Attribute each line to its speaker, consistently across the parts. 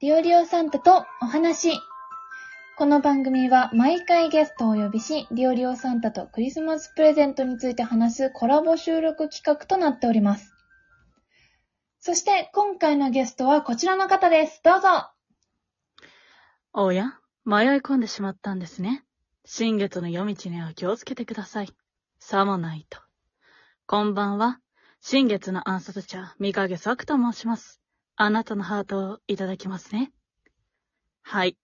Speaker 1: リオリオサンタとお話。この番組は毎回ゲストをお呼びし、リオリオサンタとクリスマスプレゼントについて話すコラボ収録企画となっております。そして今回のゲストはこちらの方です。どうぞ
Speaker 2: おや、迷い込んでしまったんですね。新月の夜道には気をつけてください。さもないと。こんばんは。新月の暗殺者、三影作と申します。あなたのハートをいただきますね。はい。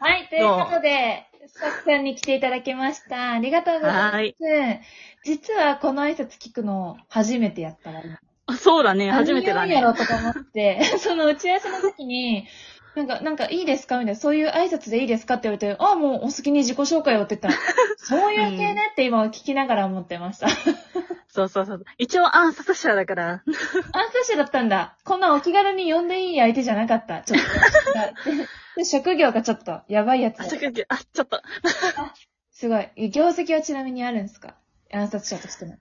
Speaker 1: はい、ということで、スタッフさんに来ていただきました。ありがとうございます。
Speaker 2: はい
Speaker 1: 実はこの挨拶聞くの初めてやったら、
Speaker 2: あ、そうだね。初めてだ
Speaker 1: 何言うんや
Speaker 2: ね。
Speaker 1: ろとか思 って、その打ち合わせの時に、なんか、なんかいいですかみたいな、そういう挨拶でいいですかって言われて、あ、もうお好きに自己紹介をって言ったら、 そういう系ねって今聞きながら思ってました。
Speaker 2: そうそうそう。一応暗殺者だから。
Speaker 1: アンサー者だったんだ。こんなお気軽に呼んでいい相手じゃなかった。ちょっと。 で職業がちょっと、やばいやつだ
Speaker 2: あ、ちょっと、あ、ちょっと。
Speaker 1: すごい。業績はちなみにあるんですか暗殺者としての。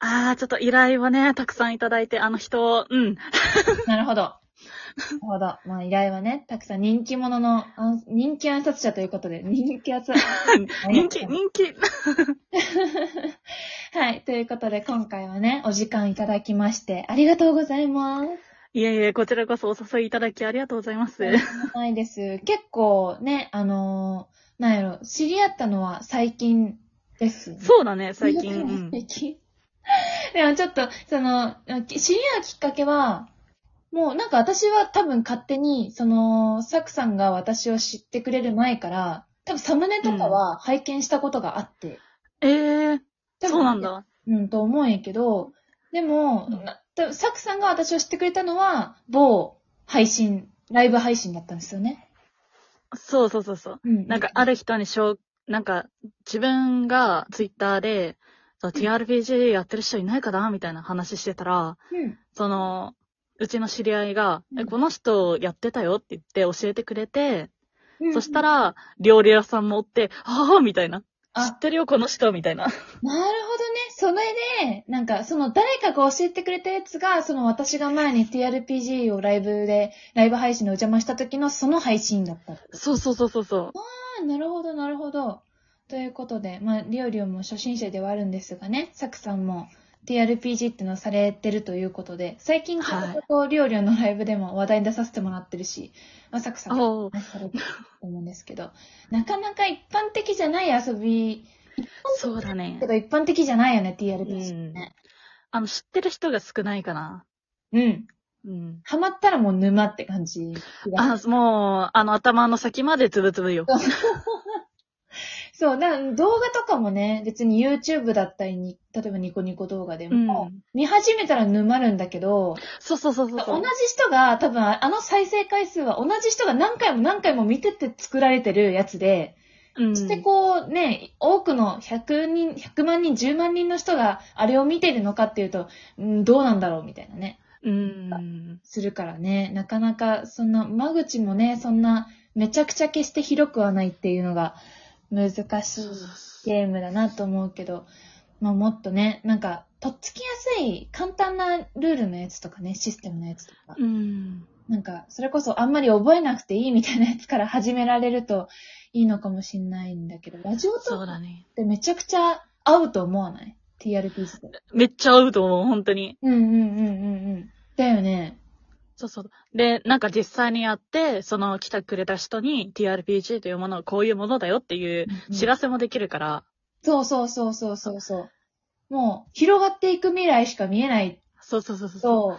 Speaker 2: あー、ちょっと依頼はね、たくさんいただいて、あの人を、うん。
Speaker 1: なるほど。なるほど。まあ依頼はね、たくさん人気者の、あん人気暗殺者ということで、人気暗殺
Speaker 2: 人気、人気。
Speaker 1: はい。ということで、今回はね、お時間いただきまして、ありがとうございます。
Speaker 2: いえいえ、こちらこそお誘いいただきありがとうございます。
Speaker 1: ないです。結構ね、あのーなんやろ、知り合ったのは最近ですよね。
Speaker 2: そうだね、最近。うん
Speaker 1: 最近。 でもちょっと、その、知り合うきっかけは、もうなんか私は多分勝手に、その、サクさんが私を知ってくれる前から、多分サムネとかは拝見したことがあって。
Speaker 2: ええ
Speaker 1: 多分
Speaker 2: そうなん。だ。
Speaker 1: うん、と思うんやけど、でも、
Speaker 2: うん
Speaker 1: な多分サクさんが私を知ってくれたのは、某配信、ライブ配信だったんですよね。
Speaker 2: そうそうそうそう。
Speaker 1: うん。
Speaker 2: なんか、ある人にしょう、なんか、自分がツイッターで、そう TRPG やってる人いないかなみたいな話してたら、
Speaker 1: うん。
Speaker 2: その、うちの知り合いが、
Speaker 1: うん
Speaker 2: え、この人やってたよって言って教えてくれて、そした
Speaker 1: ら、
Speaker 2: ら、料理屋さんもおって、ああみたいな。知
Speaker 1: あ
Speaker 2: ってるよ、この人みたいな。
Speaker 1: なるほどね。それで、なんか、その誰かが教えてくれたやつが、その私が前に TRPG をライブで、ライブ配信でお邪魔した時のその配信だったってこと。
Speaker 2: そうそうそうそうそう。
Speaker 1: あーなるほど、なるほど。ということで、まあ、リオリオも初心者ではあるんですがね、サクさんも TRPG ってのをされてるということで、最近ちょこちょこリオリオのライブでも話題に出させてもらってるし、まあ、サクさんも
Speaker 2: おー
Speaker 1: 話されてると思うんですけど、なかなか一般的じゃない遊び、
Speaker 2: そうだね
Speaker 1: け。ど一般的じゃないよね、
Speaker 2: う
Speaker 1: TRPG
Speaker 2: ん
Speaker 1: ね。。
Speaker 2: あの、知ってる人が少ないかな。
Speaker 1: うん。
Speaker 2: うん。
Speaker 1: ハマったらもう沼って感じ。
Speaker 2: あ、もう、あの、頭の先までつぶつぶよ。
Speaker 1: そう、だ動画とかもね、別に YouTube だったりに、例えばニコニコ動画でも、
Speaker 2: うん
Speaker 1: 見始めたら沼るんだけど、
Speaker 2: そうそうそうそうそ
Speaker 1: 同
Speaker 2: う。
Speaker 1: じ人が、多分ああの再生回数は同じ人が何回も何回も見てて作られてるやつで、
Speaker 2: うん
Speaker 1: そしてこうね、多くの100人、100万人、10万人の人があれを見てるのかっていうと、うん、どうなんだろうみたいなね。
Speaker 2: うん。
Speaker 1: するからね、なかなか、そんな、間口もね、そんな、めちゃくちゃ決して広くはないっていうのが、難しいゲームだなと思うけど、まあもっとね、なんか、とっつきやすい、簡単なルールのやつとかね、システムのやつとか、
Speaker 2: うん。
Speaker 1: なんか、それこそあんまり覚えなくていいみたいなやつから始められるといいのかもしんないんだけど、ラジオト
Speaker 2: そ
Speaker 1: ー
Speaker 2: う
Speaker 1: ク
Speaker 2: だ
Speaker 1: っ
Speaker 2: ね。
Speaker 1: てめちゃくちゃ合うと思わない ?TRPG と。
Speaker 2: めっちゃ合うと思う、本当に。
Speaker 1: うんうんうんうんうん。だよね。
Speaker 2: そうそう。で、なんか実際にやって、その来てくれた人に TRPG というものはこういうものだよっていう
Speaker 1: うんうん
Speaker 2: 知らせもできるから。
Speaker 1: そうそうそうそうそうそう。もう、広がっていく未来しか見えない
Speaker 2: そうそうそうそう。
Speaker 1: と、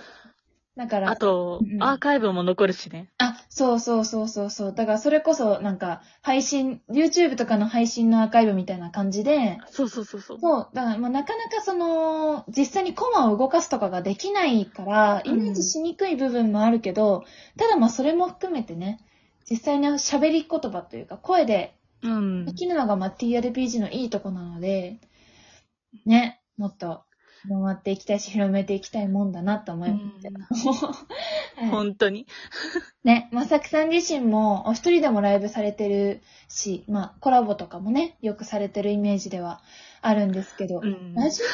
Speaker 1: だから、
Speaker 2: あと
Speaker 1: うんう、ん
Speaker 2: アーカイブも残るしね。
Speaker 1: あ、そうそうそうそうそう。だからそれこそ、なんか、配信、YouTube とかの配信のアーカイブみたいな感じで、
Speaker 2: そうそうそうそう。
Speaker 1: そう、だから、まあ、なかなかその、実際にコマを動かすとかができないから、イメージしにくい部分もあるけど、ただまあそれも含めてね、実際に喋り言葉というか、声で
Speaker 2: うん
Speaker 1: で。きるのが、まあ、TRPG のいいとこなので、ね、もっと広まっていきたいし、広めていきたいもんだなと思いますけど。 はい
Speaker 2: 本当に。
Speaker 1: ね、まさきさん自身もお一人でもライブされてるし、まあ、コラボとかもね、よくされてるイメージではあるんですけど、
Speaker 2: うん。
Speaker 1: ラジオト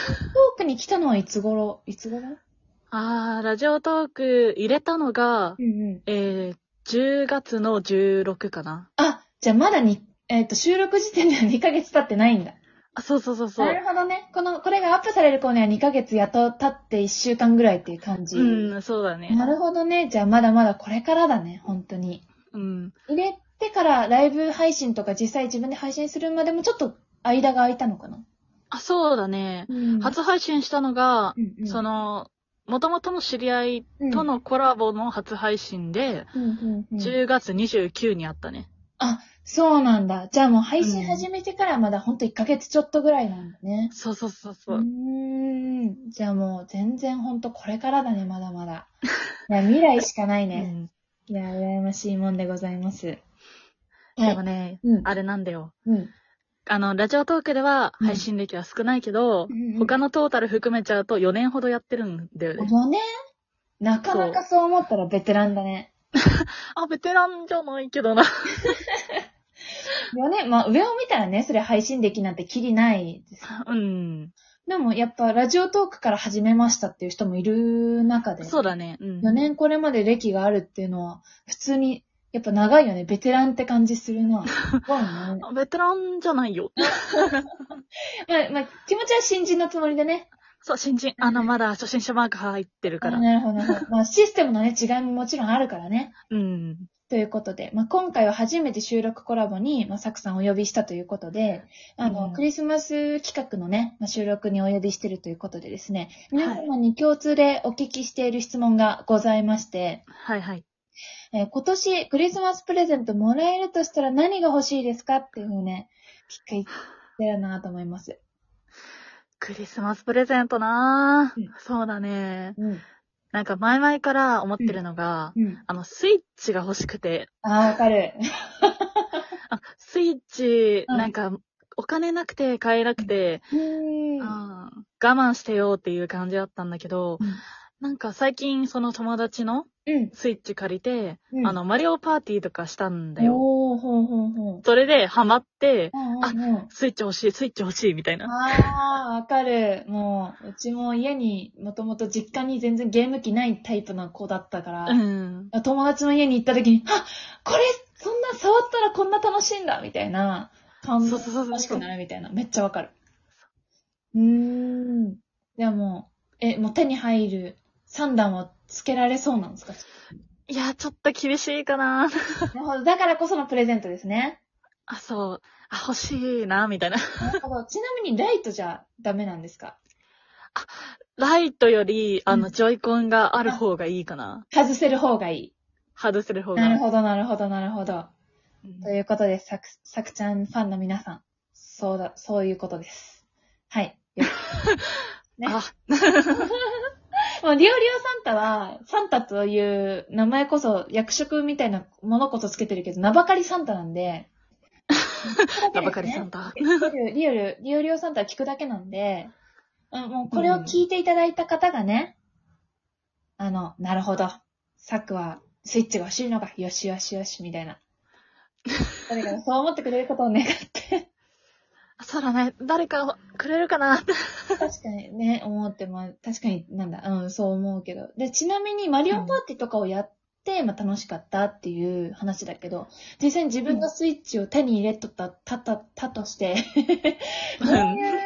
Speaker 1: ークに来たのはいつ頃いつ頃
Speaker 2: あー、ラジオトーク入れたのが
Speaker 1: う、んうん。
Speaker 2: えーっ10月の16かな。
Speaker 1: あ、じゃあまだに、えっ、と、収録時点では2ヶ月経ってないんだ。
Speaker 2: あ、そうそうそうそ
Speaker 1: な
Speaker 2: う。
Speaker 1: るほどね。この、これがアップされる頃には2ヶ月やっと経って1週間ぐらいっていう感じ。
Speaker 2: うん、そうだね。
Speaker 1: なるほどね。じゃあまだまだこれからだね、本当に。
Speaker 2: うん。
Speaker 1: 入れてからライブ配信とか実際自分で配信するまでもちょっと間が空いたのかな。
Speaker 2: あ、そうだね。
Speaker 1: うん
Speaker 2: 初配信したのが、
Speaker 1: うんうん
Speaker 2: その、もともとの知り合いとのコラボの初配信で、
Speaker 1: うんうんうん
Speaker 2: 10月29にあったね。
Speaker 1: そうなんだ。じゃあもう配信始めてからまだほんと1ヶ月ちょっとぐらいなんだね。
Speaker 2: そうそうそう
Speaker 1: うー
Speaker 2: そう。
Speaker 1: ん。じゃあもう全然ほんとこれからだね、まだまだ。 いや、未来しかないね。
Speaker 2: う
Speaker 1: い
Speaker 2: ん
Speaker 1: や、羨ましいもんでございます。は
Speaker 2: で
Speaker 1: い
Speaker 2: も。ね、
Speaker 1: うん。
Speaker 2: あれなんだよ。
Speaker 1: うん。
Speaker 2: あの、ラジオトークでは
Speaker 1: うん
Speaker 2: 配信歴は少ないけど、
Speaker 1: うんうん
Speaker 2: 他のトータル含めちゃうと4年ほどやってるんだよね。
Speaker 1: 4年なかなかそう思ったらベテランだね。
Speaker 2: あ、ベテランじゃないけどな。
Speaker 1: 4年、まあ上を見たらね、それ配信歴なんてきりないです。
Speaker 2: うん。
Speaker 1: でもやっぱラジオトークから始めましたっていう人もいる中で、
Speaker 2: そうだね。うん。
Speaker 1: 4年これまで歴があるっていうのは、普通に、やっぱ長いよね。ベテランって感じする な。すごいね。まあ、
Speaker 2: あベテランじゃないよ。
Speaker 1: まあ、気持ちは新人のつもりでね。
Speaker 2: そう、新人。あの、まだ初心者マーク入ってる
Speaker 1: あ
Speaker 2: から。
Speaker 1: なるほど、なるほど。 まあ、システムのね、違いももちろんあるからね。
Speaker 2: うん。
Speaker 1: ということで、まあ、今回は初めて収録コラボに、まあ、サクさんお呼びしたということで、あの、
Speaker 2: うん
Speaker 1: クリスマス企画のね、まあ、収録にお呼びしてるということでですね、皆様に共通でお聞きしている質問がございまして、
Speaker 2: はいはい。
Speaker 1: えー今年クリスマスプレゼントもらえるとしたら何が欲しいですかっていうのをね、聞いてるなと思います。
Speaker 2: クリスマスプレゼントなぁ、
Speaker 1: うん
Speaker 2: そうだね。
Speaker 1: うん。
Speaker 2: なんか前々から思ってるのが、
Speaker 1: うん。
Speaker 2: あの、スイッチが欲しくて、
Speaker 1: ああ、わかる。
Speaker 2: あ、スイッチ、
Speaker 1: うん
Speaker 2: なんか、お金なくて買えなくて、
Speaker 1: うーん。
Speaker 2: うん我慢してよっていう感じだったんだけど、
Speaker 1: うん
Speaker 2: なんか最近その友達の
Speaker 1: うん。
Speaker 2: スイッチ借りて、
Speaker 1: うん
Speaker 2: あの、マリオパーティーとかしたんだよ。
Speaker 1: おー、ほうほうほう。
Speaker 2: それでハマって、
Speaker 1: うんうんうん
Speaker 2: スイッチ欲しい、スイッチ欲しいみたいな。
Speaker 1: ああ、わかる。もう、うちも家にもともと実家に全然ゲーム機ないタイプの子だったから、
Speaker 2: うん。
Speaker 1: 友達の家に行った時に、あこれ、そんな触ったらこんな楽しいんだみたいな、感動
Speaker 2: そうそうそうそう
Speaker 1: 楽しくなるみたいな。めっちゃわかる。うーん。でももう、え、もう手に入る3段をつけられそうなんですか
Speaker 2: いや、ちょっと厳しいか
Speaker 1: な
Speaker 2: な
Speaker 1: るほど。だからこそのプレゼントですね。
Speaker 2: あ、そう。あ、欲しいな、みたいな。
Speaker 1: なるほど。ちなみにライトじゃダメなんですか
Speaker 2: ライトより、あ
Speaker 1: う
Speaker 2: の、
Speaker 1: ん
Speaker 2: ジョイコンがある方がいいかな。
Speaker 1: 外せる方がいい。
Speaker 2: 外せる方
Speaker 1: なる
Speaker 2: が。
Speaker 1: ほど、なるほど、なるほど。
Speaker 2: うん
Speaker 1: ということで、さく、さくちゃんファンの皆さん、そうだ、そういうことです。はい。 よね
Speaker 2: あ、
Speaker 1: もう、リオリオサンタは、サンタという名前こそ役職みたいなものこそつけてるけど、名ばかりサンタなんで、
Speaker 2: 名ばかりさんだ。
Speaker 1: リオリオ、リオリオサンタは聞くだけなんで、うんもうこれを聞いていただいた方がね、あの、なるほど。サクはスイッチが欲しいのか、よしよしよし、みたいな。誰かがそう思ってくれることを願って、
Speaker 2: そうだね。誰かくれるかなって。
Speaker 1: 確かにね、思っても、確かになんだ、うん、そう思うけど。で、ちなみにマリオパーティーとかをやって、まあ楽しかったっていう話だけど、実際に自分がスイッチを手に入れとった、たた、たとして、どう いう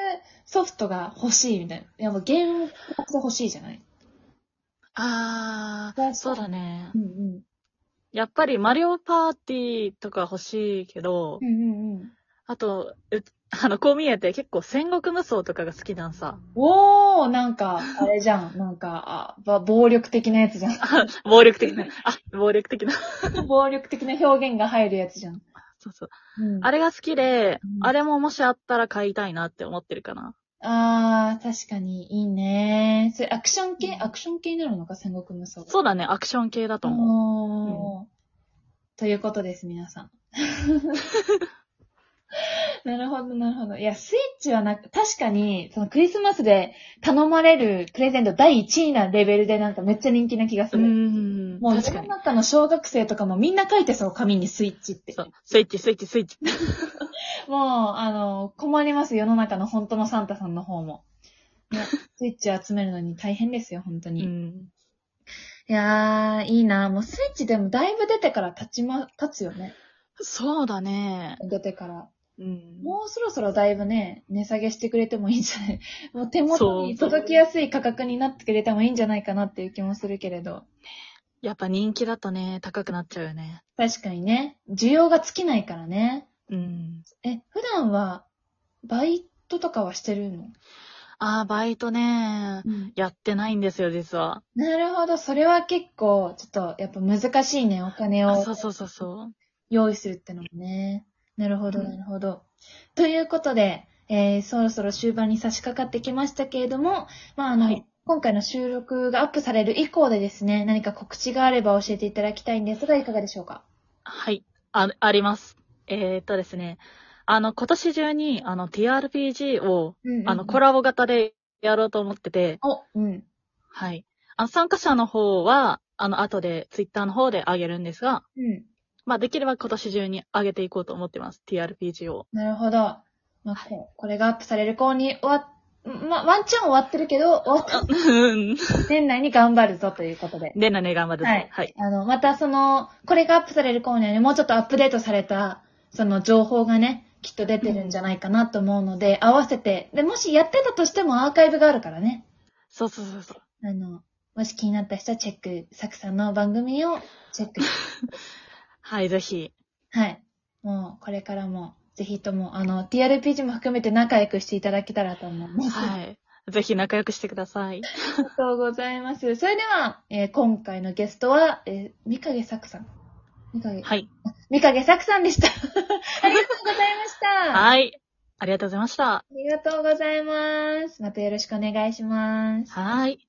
Speaker 1: ソフトが欲しいみたいな。やっぱゲームが欲しいじゃない
Speaker 2: あー、そうだね
Speaker 1: う。んうん。
Speaker 2: やっぱりマリオパーティーとか欲しいけど
Speaker 1: う、んうんうん。
Speaker 2: あと、うあの、こう見えて結構戦国無双とかが好きなんさ。
Speaker 1: おー、なんか、あれじゃん。なんか、あば暴力的なやつじゃん。
Speaker 2: あ暴力的な。あ、暴力的な。
Speaker 1: 暴力的な表現が入るやつじゃん。
Speaker 2: そうそう。
Speaker 1: うん、
Speaker 2: あれが好きで
Speaker 1: う、ん
Speaker 2: あれももしあったら買いたいなって思ってるかな。
Speaker 1: あー、確かにいいね。それアクション系、
Speaker 2: うん
Speaker 1: アクション系になるのか、戦国無双。
Speaker 2: そうだね、アクション系だと思う。
Speaker 1: おーということです、皆さん。 なるほど、なるほど。いや、スイッチはなく、確かに、そのクリスマスで頼まれるプレゼント第1位なレベルでなんかめっちゃ人気な気がす
Speaker 2: う
Speaker 1: る。
Speaker 2: ん。
Speaker 1: もう
Speaker 2: 確
Speaker 1: 世
Speaker 2: か
Speaker 1: の
Speaker 2: に。
Speaker 1: 中の小学生とかもみんな書いてそう、紙にスイッチって。
Speaker 2: そう。スイッチ、スイッチ、スイッチ。
Speaker 1: もう、あの、困ります、世の中の本当のサンタさん の方も。ね、スイッチ集めるのに大変ですよ、本当
Speaker 2: う
Speaker 1: に。
Speaker 2: ん。
Speaker 1: いやー、いいな。もうスイッチでもだいぶ出てから立ちま、立つよね。
Speaker 2: そうだね。
Speaker 1: 出てから。
Speaker 2: うん。
Speaker 1: もうそろそろだいぶね、値下げしてくれてもいいんじゃない もう手元に届きやすい価格になってくれてもいいんじゃないかなっていう気もするけれど。
Speaker 2: やっぱ人気だとね、高くなっちゃうよね。
Speaker 1: 確かにね、需要が尽きないからね。
Speaker 2: うん。
Speaker 1: え、普段は、バイトとかはしてるの、
Speaker 2: あー、バイトね、やってないんですよ、実は。
Speaker 1: なるほど。それは結構、ちょっと、やっぱ難しいね。お金
Speaker 2: あ
Speaker 1: を
Speaker 2: そうそうそうそう。
Speaker 1: 用意するってのもね。なるほど、
Speaker 2: うん
Speaker 1: なるほど。ということで、えー、そろそろ終盤に差し掛かってきましたけれども、まあ、あの、
Speaker 2: はい
Speaker 1: 今回の収録がアップされる以降でですね、何か告知があれば教えていただきたいんですが、いかがでしょうか
Speaker 2: はい。あ、あります。えー、っとですね。あの、今年中に、あの、TRPG を、あの、
Speaker 1: れ。
Speaker 2: コラボ型でやろうと思ってて、
Speaker 1: お、うん。
Speaker 2: はい。あの、参加者の方は、あの、後で、ツイッターの方で上げるんですが、
Speaker 1: うん。
Speaker 2: まあ、できれば今年中に上げていこうと思ってます。TRPG を。
Speaker 1: なるほど。まあ、ここれがアップされる頃に終わっ、まあ、ワンチャン終わってるけど、終わった
Speaker 2: うん。
Speaker 1: 年内に頑張るぞということで。
Speaker 2: でなね、頑張るぞ。
Speaker 1: はい
Speaker 2: はい。
Speaker 1: あの、またその、これがアップされる頃にはね、もうちょっとアップデートされた、その情報がね、きっと出てるんじゃないかなと思うので、合わせて、で、もしやってたとしてもアーカイブがあるからね、
Speaker 2: そうそうそうそう。
Speaker 1: あの、もし気になった人はチェック、サクさんの番組をチェ ック。
Speaker 2: はい、ぜひ。
Speaker 1: はい。もう、これからも、ぜひとも、あの、TRPG も含めて仲良くしていただけたらと思います。
Speaker 2: はい。ぜひ仲良くしてください。
Speaker 1: ありがとうございます。それでは、えー今回のゲストは、えー、三影作さん。三影、
Speaker 2: はい。
Speaker 1: 三影作さんでした。 ありがとうございました。あ
Speaker 2: はい。ありがとうございました。
Speaker 1: りがとうございます。またよろしくお願いします。
Speaker 2: はい。